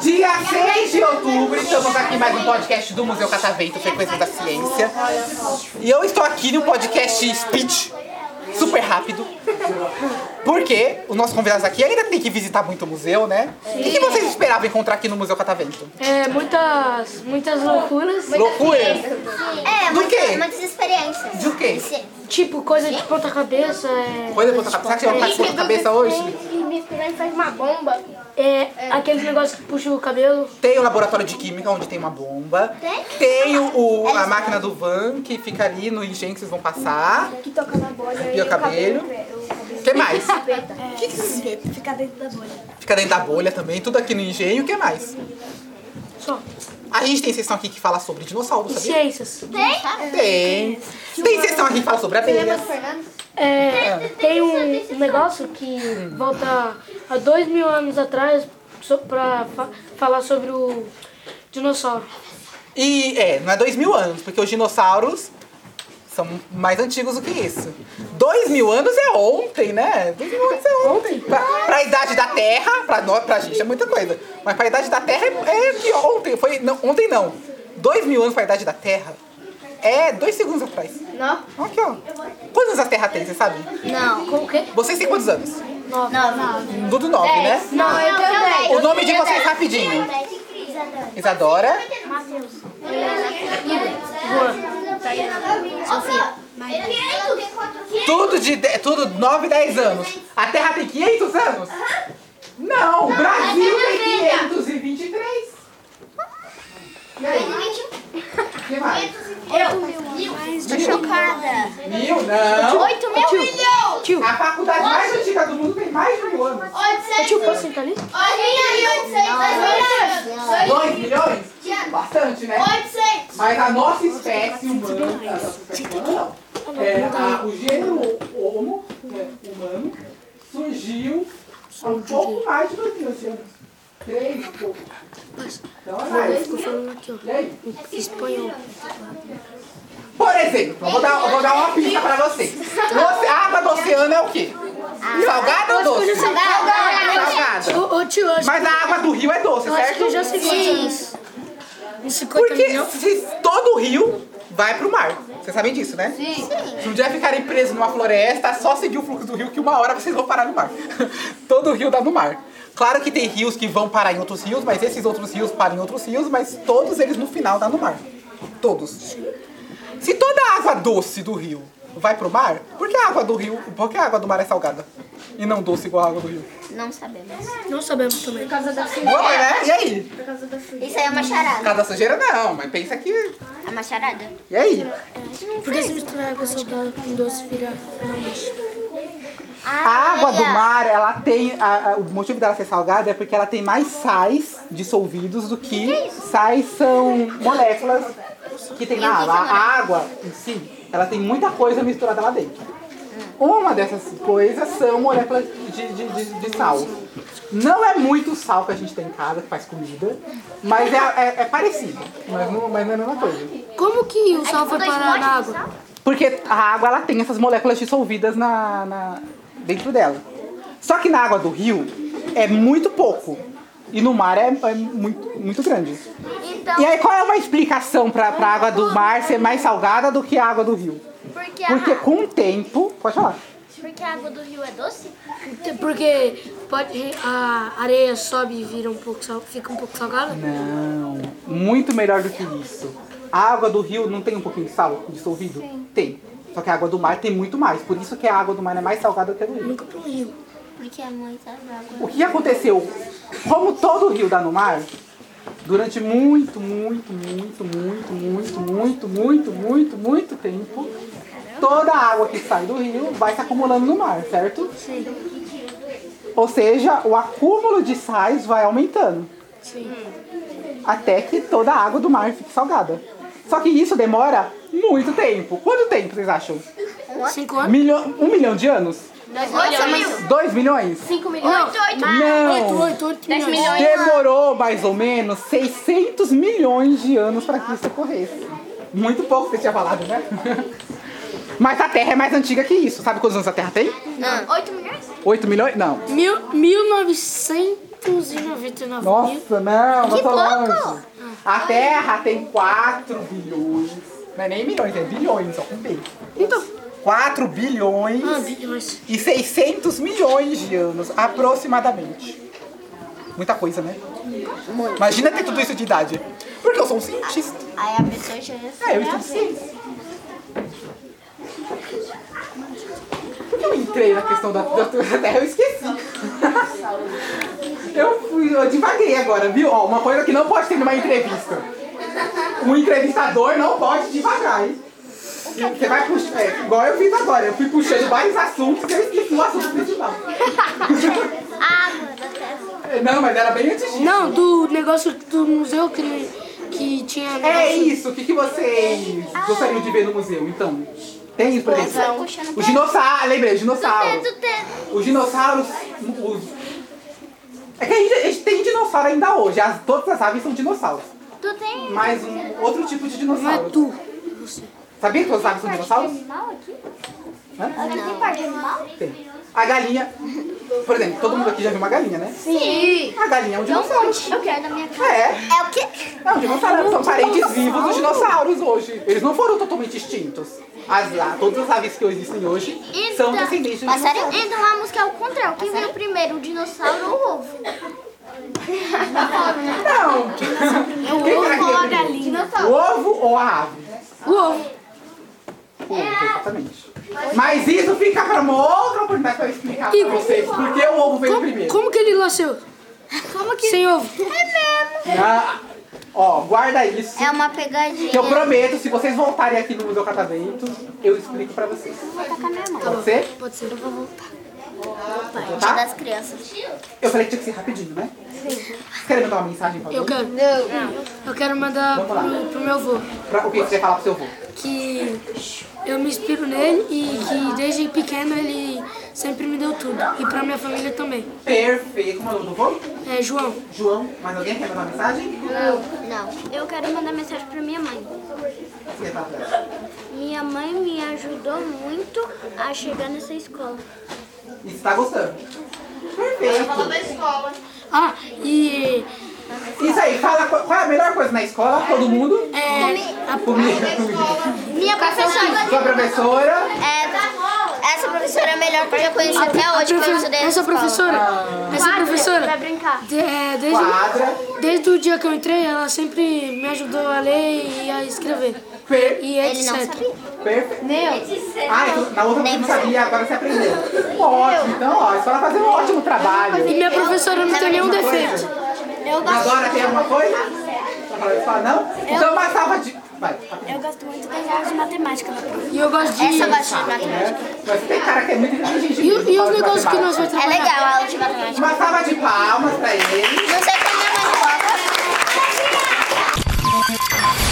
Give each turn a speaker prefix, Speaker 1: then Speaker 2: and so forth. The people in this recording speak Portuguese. Speaker 1: Dia 6 de outubro, estamos aqui em mais um podcast do Museu Catavento, Frequências da Ciência. E eu estou aqui no podcast Speed, super rápido. Porque o nosso convidado aqui ainda tem que visitar muito o museu, né? O que, que vocês esperavam encontrar aqui no Museu Catavento?
Speaker 2: É, muitas, muitas loucuras.
Speaker 1: Loucura?
Speaker 3: É,
Speaker 1: Do quê?
Speaker 3: muitas, muitas experiências.
Speaker 1: Do quê?
Speaker 3: Sim.
Speaker 2: Tipo, coisa de ponta cabeça. É,
Speaker 1: Coisa pra cabeça. Será que você vai ficar de ponta Tá cabeça hoje?
Speaker 3: E misturar e faz uma bomba.
Speaker 2: é, aquele negócio que puxa o cabelo.
Speaker 1: Tem o laboratório de química onde tem uma bomba.
Speaker 3: Tem?
Speaker 1: Tem o, o- a máquina do van que fica ali no engenho que vocês vão passar.
Speaker 3: Uhum. Que toca na bolha
Speaker 1: E o cabelo. O que mais?
Speaker 3: O que que Ficar É. dentro da bolha.
Speaker 1: Fica dentro da bolha também, tudo aqui no engenho. O que mais?
Speaker 2: Só.
Speaker 1: A gente tem sessão aqui que fala sobre dinossauro,
Speaker 2: E
Speaker 1: sabia?
Speaker 2: ciências.
Speaker 3: Tem?
Speaker 1: Tem. Tem sessão aqui que fala sobre abelhas.
Speaker 2: É, tem um negócio que volta a dois mil anos atrás so, pra fa- falar sobre o dinossauro.
Speaker 1: E é, não é dois mil anos, porque os dinossauros são mais antigos do que isso. Dois mil anos é ontem, né? Dois mil anos é ontem. Pra, pra idade da Terra, pra, nós, pra gente é muita coisa. Mas pra idade da Terra é, é que ontem. Foi, não, ontem não. Dois mil anos pra idade da Terra é dois segundos atrás.
Speaker 3: Não?
Speaker 1: Aqui, ó. Quantos anos a Terra tem, você sabe?
Speaker 3: Não. Como que?
Speaker 1: Vocês têm quantos anos?
Speaker 2: Nove.
Speaker 3: Não.
Speaker 1: Dudu nove, né?
Speaker 3: Não, eu também.
Speaker 1: O nome de vocês rapidinho. Isadora.
Speaker 3: Sofia.
Speaker 1: Tudo de de- tudo 9, 10 anos. A Terra tem 500 anos? Não, o Brasil tem 523. E aí, o que mais?
Speaker 3: Tô chocada.
Speaker 1: Mil? Não.
Speaker 3: 8 mil milhões.
Speaker 1: A faculdade mais antiga do mundo tem mais de mil anos.
Speaker 2: Tio, posso sentar tipo assim, tá ali?
Speaker 3: 800 milhões.
Speaker 1: 2 milhões? Bastante, né?
Speaker 3: 800.
Speaker 1: Mas a nossa espécie humana, a nossa espécie humana, não. É, a- o gênero homo, né, humano, surgiu há um pouco mais de 2.000 anos. Três e pouco. Então é mais. E aí?
Speaker 2: Espanhol.
Speaker 1: Por exemplo, eu vou dar, eu vou dar uma pista pra vocês. Você, a água do oceano é o quê?
Speaker 2: Ah,
Speaker 1: Salgada ou Tá doce? Salgada.
Speaker 2: Ô, ô, tio, eu acho,
Speaker 1: Mas a água do rio é doce,
Speaker 2: eu acho que eu já
Speaker 1: certo?
Speaker 2: sei quantos anos. Uns 50
Speaker 1: Porque
Speaker 2: milhões.
Speaker 1: se todo o rio vai pro mar. Vocês sabem disso, né? Sim. Se um dia ficarem presos numa floresta, só seguir o fluxo do rio que uma hora vocês vão parar no mar. todo o rio dá no mar. Claro que tem rios que vão parar em outros rios, mas esses outros rios param em outros rios, mas todos eles no final dá no mar. Todos. Se toda a água doce do rio vai pro mar, por que a água do rio, por que a água do mar é salgada? E não doce igual a água do rio.
Speaker 3: Não sabemos.
Speaker 2: Não sabemos também.
Speaker 1: Boa, né? E aí?
Speaker 3: Isso aí é uma charada.
Speaker 1: Cada sujeira não, mas pensa que.
Speaker 3: É uma charada.
Speaker 1: E aí?
Speaker 2: Por É, que se misturar água salgada com doce vira não
Speaker 1: A água do
Speaker 3: Ah,
Speaker 1: mar, ela tem. a- a- o motivo dela ser salgada é porque ela tem mais sais dissolvidos do que, é sais são moléculas que tem na água. A água em si, ela tem muita coisa misturada lá dentro. Uma dessas coisas são moléculas de, de- de- de sal. Não é muito sal que a gente tem em casa, que faz comida, mas é, é- é parecido. Mas não, mas não é a mesma coisa.
Speaker 2: Como que o sal foi parar na água?
Speaker 1: Porque a água ela tem essas moléculas dissolvidas na, na- dentro dela. Só que na água do rio é muito pouco. E no mar é, é muito, muito grande.
Speaker 3: Então,
Speaker 1: E aí qual é uma explicação para a água do mar ser mais salgada do que a água do rio?
Speaker 3: porque a,
Speaker 1: Porque com o tempo. Pode falar.
Speaker 3: porque a água do rio é doce?
Speaker 2: Até Porque pode, a areia sobe e vira um pouco, sal- fica um pouco salgada.
Speaker 1: Não, muito melhor do que isso. A água do rio não tem um pouquinho de sal dissolvido? Tem. Só que a água do mar tem muito mais. Por isso que a água do mar é mais salgada do que a do rio.
Speaker 2: Nunca pro rio.
Speaker 3: Porque é muita água.
Speaker 1: O que aconteceu? Como todo rio dá no mar, durante muito, muito, muito, muito, muito, muito, muito, muito, muito tempo, toda a água que sai do rio vai se acumulando no mar, certo?
Speaker 2: Sim.
Speaker 1: Ou seja, o acúmulo de sais vai aumentando
Speaker 2: Sim.
Speaker 1: até que toda a água do mar fique salgada. Só que isso demora muito tempo. Quanto tempo vocês acham?
Speaker 2: Cinco anos?
Speaker 1: Milho- um milhão de anos?
Speaker 3: Nossa, mas...
Speaker 1: 2 milhões?
Speaker 4: 5 milhões.
Speaker 1: Não!
Speaker 4: 8, 8
Speaker 5: 10
Speaker 4: milhões.
Speaker 5: milhões.
Speaker 1: Demorou mais ou menos 600 milhões de anos para que isso ocorresse. Muito pouco você tinha falado, né? Mas a Terra é mais antiga que isso. Sabe quantos anos a Terra tem?
Speaker 3: 8 milhões?
Speaker 1: 8 milhões? Não.
Speaker 2: Mil,
Speaker 1: Nossa,
Speaker 2: 1999 mil.
Speaker 1: não, eu tô
Speaker 3: pouco!
Speaker 1: longe. A Terra tem 4 bilhões. Não é nem milhões, é bilhões, só com B. Então. 4 bilhões
Speaker 2: Ah, bilhões.
Speaker 1: e 600 milhões de anos, aproximadamente. Muita coisa, né? Imagina ter tudo isso de idade. Porque eu sou um cientista.
Speaker 3: Aí a pessoa assim, "Ah, já ia
Speaker 1: É, eu estudo ciência. Por que eu entrei na questão da, da, da terra? Eu esqueci. Eu fui, eu divaguei agora, viu? Ó, uma coisa que não pode ter numa entrevista. Um entrevistador não pode divagar, hein? Você vai puxar, é, igual eu fiz agora, eu fui puxando vários assuntos e eu esqueci o assunto principal. assim."
Speaker 3: Água da terra.
Speaker 1: Não, mas era bem antes disso.
Speaker 2: Não, do negócio do museu que, que tinha.
Speaker 1: É
Speaker 2: negócio-
Speaker 1: isso, o que, que vocês gostariam de ver no museu, então? Tem isso, por
Speaker 3: Vai
Speaker 1: exemplo?
Speaker 3: puxando
Speaker 1: Os dinossauros, lembrei, os
Speaker 3: Dedo,
Speaker 1: dinossauros.
Speaker 3: dedo.
Speaker 1: Os dinossauros. Os... É que a gente, a gente tem dinossauro ainda hoje. As, todas as aves são dinossauros.
Speaker 3: Tu tem
Speaker 1: Mas um outro tipo de
Speaker 2: Não
Speaker 1: dinossauro.
Speaker 2: é tu.
Speaker 1: Sabia que todas as aves são dinossauros?
Speaker 3: animal aqui?
Speaker 1: Hã?
Speaker 3: Aqui tem parte de animal?
Speaker 1: Tem. A galinha. Por exemplo, todo mundo aqui já viu uma galinha, né?
Speaker 3: Sim.
Speaker 1: A galinha é um
Speaker 3: É um
Speaker 1: dinossauro.
Speaker 3: monte. Eu quero na minha casa.
Speaker 1: É.
Speaker 3: É o quê?
Speaker 1: Não, dinossauros são parentes vivos dos dinossauros hoje. Eles não foram totalmente extintos. As, a- todas as aves que existem hoje são descendentes de dinossauros.
Speaker 3: Então a música é o contrário. Quem veio primeiro, o dinossauro ou o
Speaker 1: É
Speaker 3: ovo? É.
Speaker 1: Não! Quem será que veio primeiro? O ovo ou a ave?
Speaker 2: O ovo.
Speaker 1: Pô,
Speaker 3: É
Speaker 1: exatamente. Mas isso fica para uma outra oportunidade para explicar para vocês por que o ovo veio
Speaker 2: Como,
Speaker 1: primeiro.
Speaker 2: como que ele nasceu? Como que. Sem
Speaker 3: É
Speaker 2: ovo.
Speaker 1: Ah, ó, guarda isso.
Speaker 3: É uma
Speaker 1: Que eu
Speaker 3: pegadinha.
Speaker 1: prometo, se vocês voltarem aqui no Museu Catavento, eu explico para vocês.
Speaker 3: Vou tacar minha mão.
Speaker 1: Pode ser?
Speaker 3: Pode ser, eu vou voltar. Dia
Speaker 1: Tá?
Speaker 3: das crianças.
Speaker 1: Eu falei que tinha que ser rapidinho, né? Vocês querem mandar uma mensagem para
Speaker 2: Eu
Speaker 1: alguém?
Speaker 2: quero. Eu quero mandar
Speaker 1: Vamos lá.
Speaker 2: pro, pro meu avô
Speaker 1: Pra, o que você quer falar pro seu avô?
Speaker 2: que eu me inspiro nele e que desde pequeno ele sempre me deu tudo. E pra minha família também.
Speaker 1: Perfeito. Como é o nome do avô?
Speaker 2: É, João,
Speaker 1: João. Mas alguém quer mandar uma mensagem?
Speaker 3: Não. Eu quero mandar mensagem pra minha mãe.
Speaker 1: Você tá quer falar pra ela?
Speaker 3: Minha mãe me ajudou muito a chegar nessa escola.
Speaker 1: E você tá gostando? Perfeito.
Speaker 2: Ah, e
Speaker 1: Isso aí, fala qual qual é a melhor coisa na escola, todo mundo?
Speaker 2: é, a,
Speaker 1: Comida, comida.
Speaker 3: Minha professora.
Speaker 1: Sua professora.
Speaker 3: É, essa professora é a melhor que eu já conheci até hoje, que eu
Speaker 2: profe-
Speaker 3: estudei nessa
Speaker 2: essa
Speaker 3: escola. Ah.
Speaker 2: professora, essa professora,
Speaker 3: brincar.
Speaker 2: de- é, desde,
Speaker 1: Quadra.
Speaker 2: desde o dia que eu entrei, ela sempre me ajudou a ler e a escrever.
Speaker 1: Per
Speaker 2: E é
Speaker 3: Ele não
Speaker 2: etc.
Speaker 3: sabia.
Speaker 1: perfeito. Ah, então, na outra você não sabia, agora você aprendeu. Ótimo, então, ó, a escola fazer um ótimo trabalho.
Speaker 2: E minha professora não tem nenhum
Speaker 1: Alguma coisa?
Speaker 2: defeito.
Speaker 1: Agora tem alguma coisa? Pra falar da escola, não? Então, uma salva de. Vai,
Speaker 3: Eu gosto muito das aulas de matemática. né?
Speaker 2: E eu gosto de.
Speaker 3: Essa eu gosto de matemática.
Speaker 1: né? Mas tem cara que é muito inteligente.
Speaker 2: E, o- e os negócios que nós
Speaker 1: nós
Speaker 2: vamos
Speaker 3: É
Speaker 2: trabalhar?
Speaker 3: legal a aula de matemática.
Speaker 1: Uma salva de palmas pra ele.
Speaker 3: é, Não sei como minha mãe não gosta.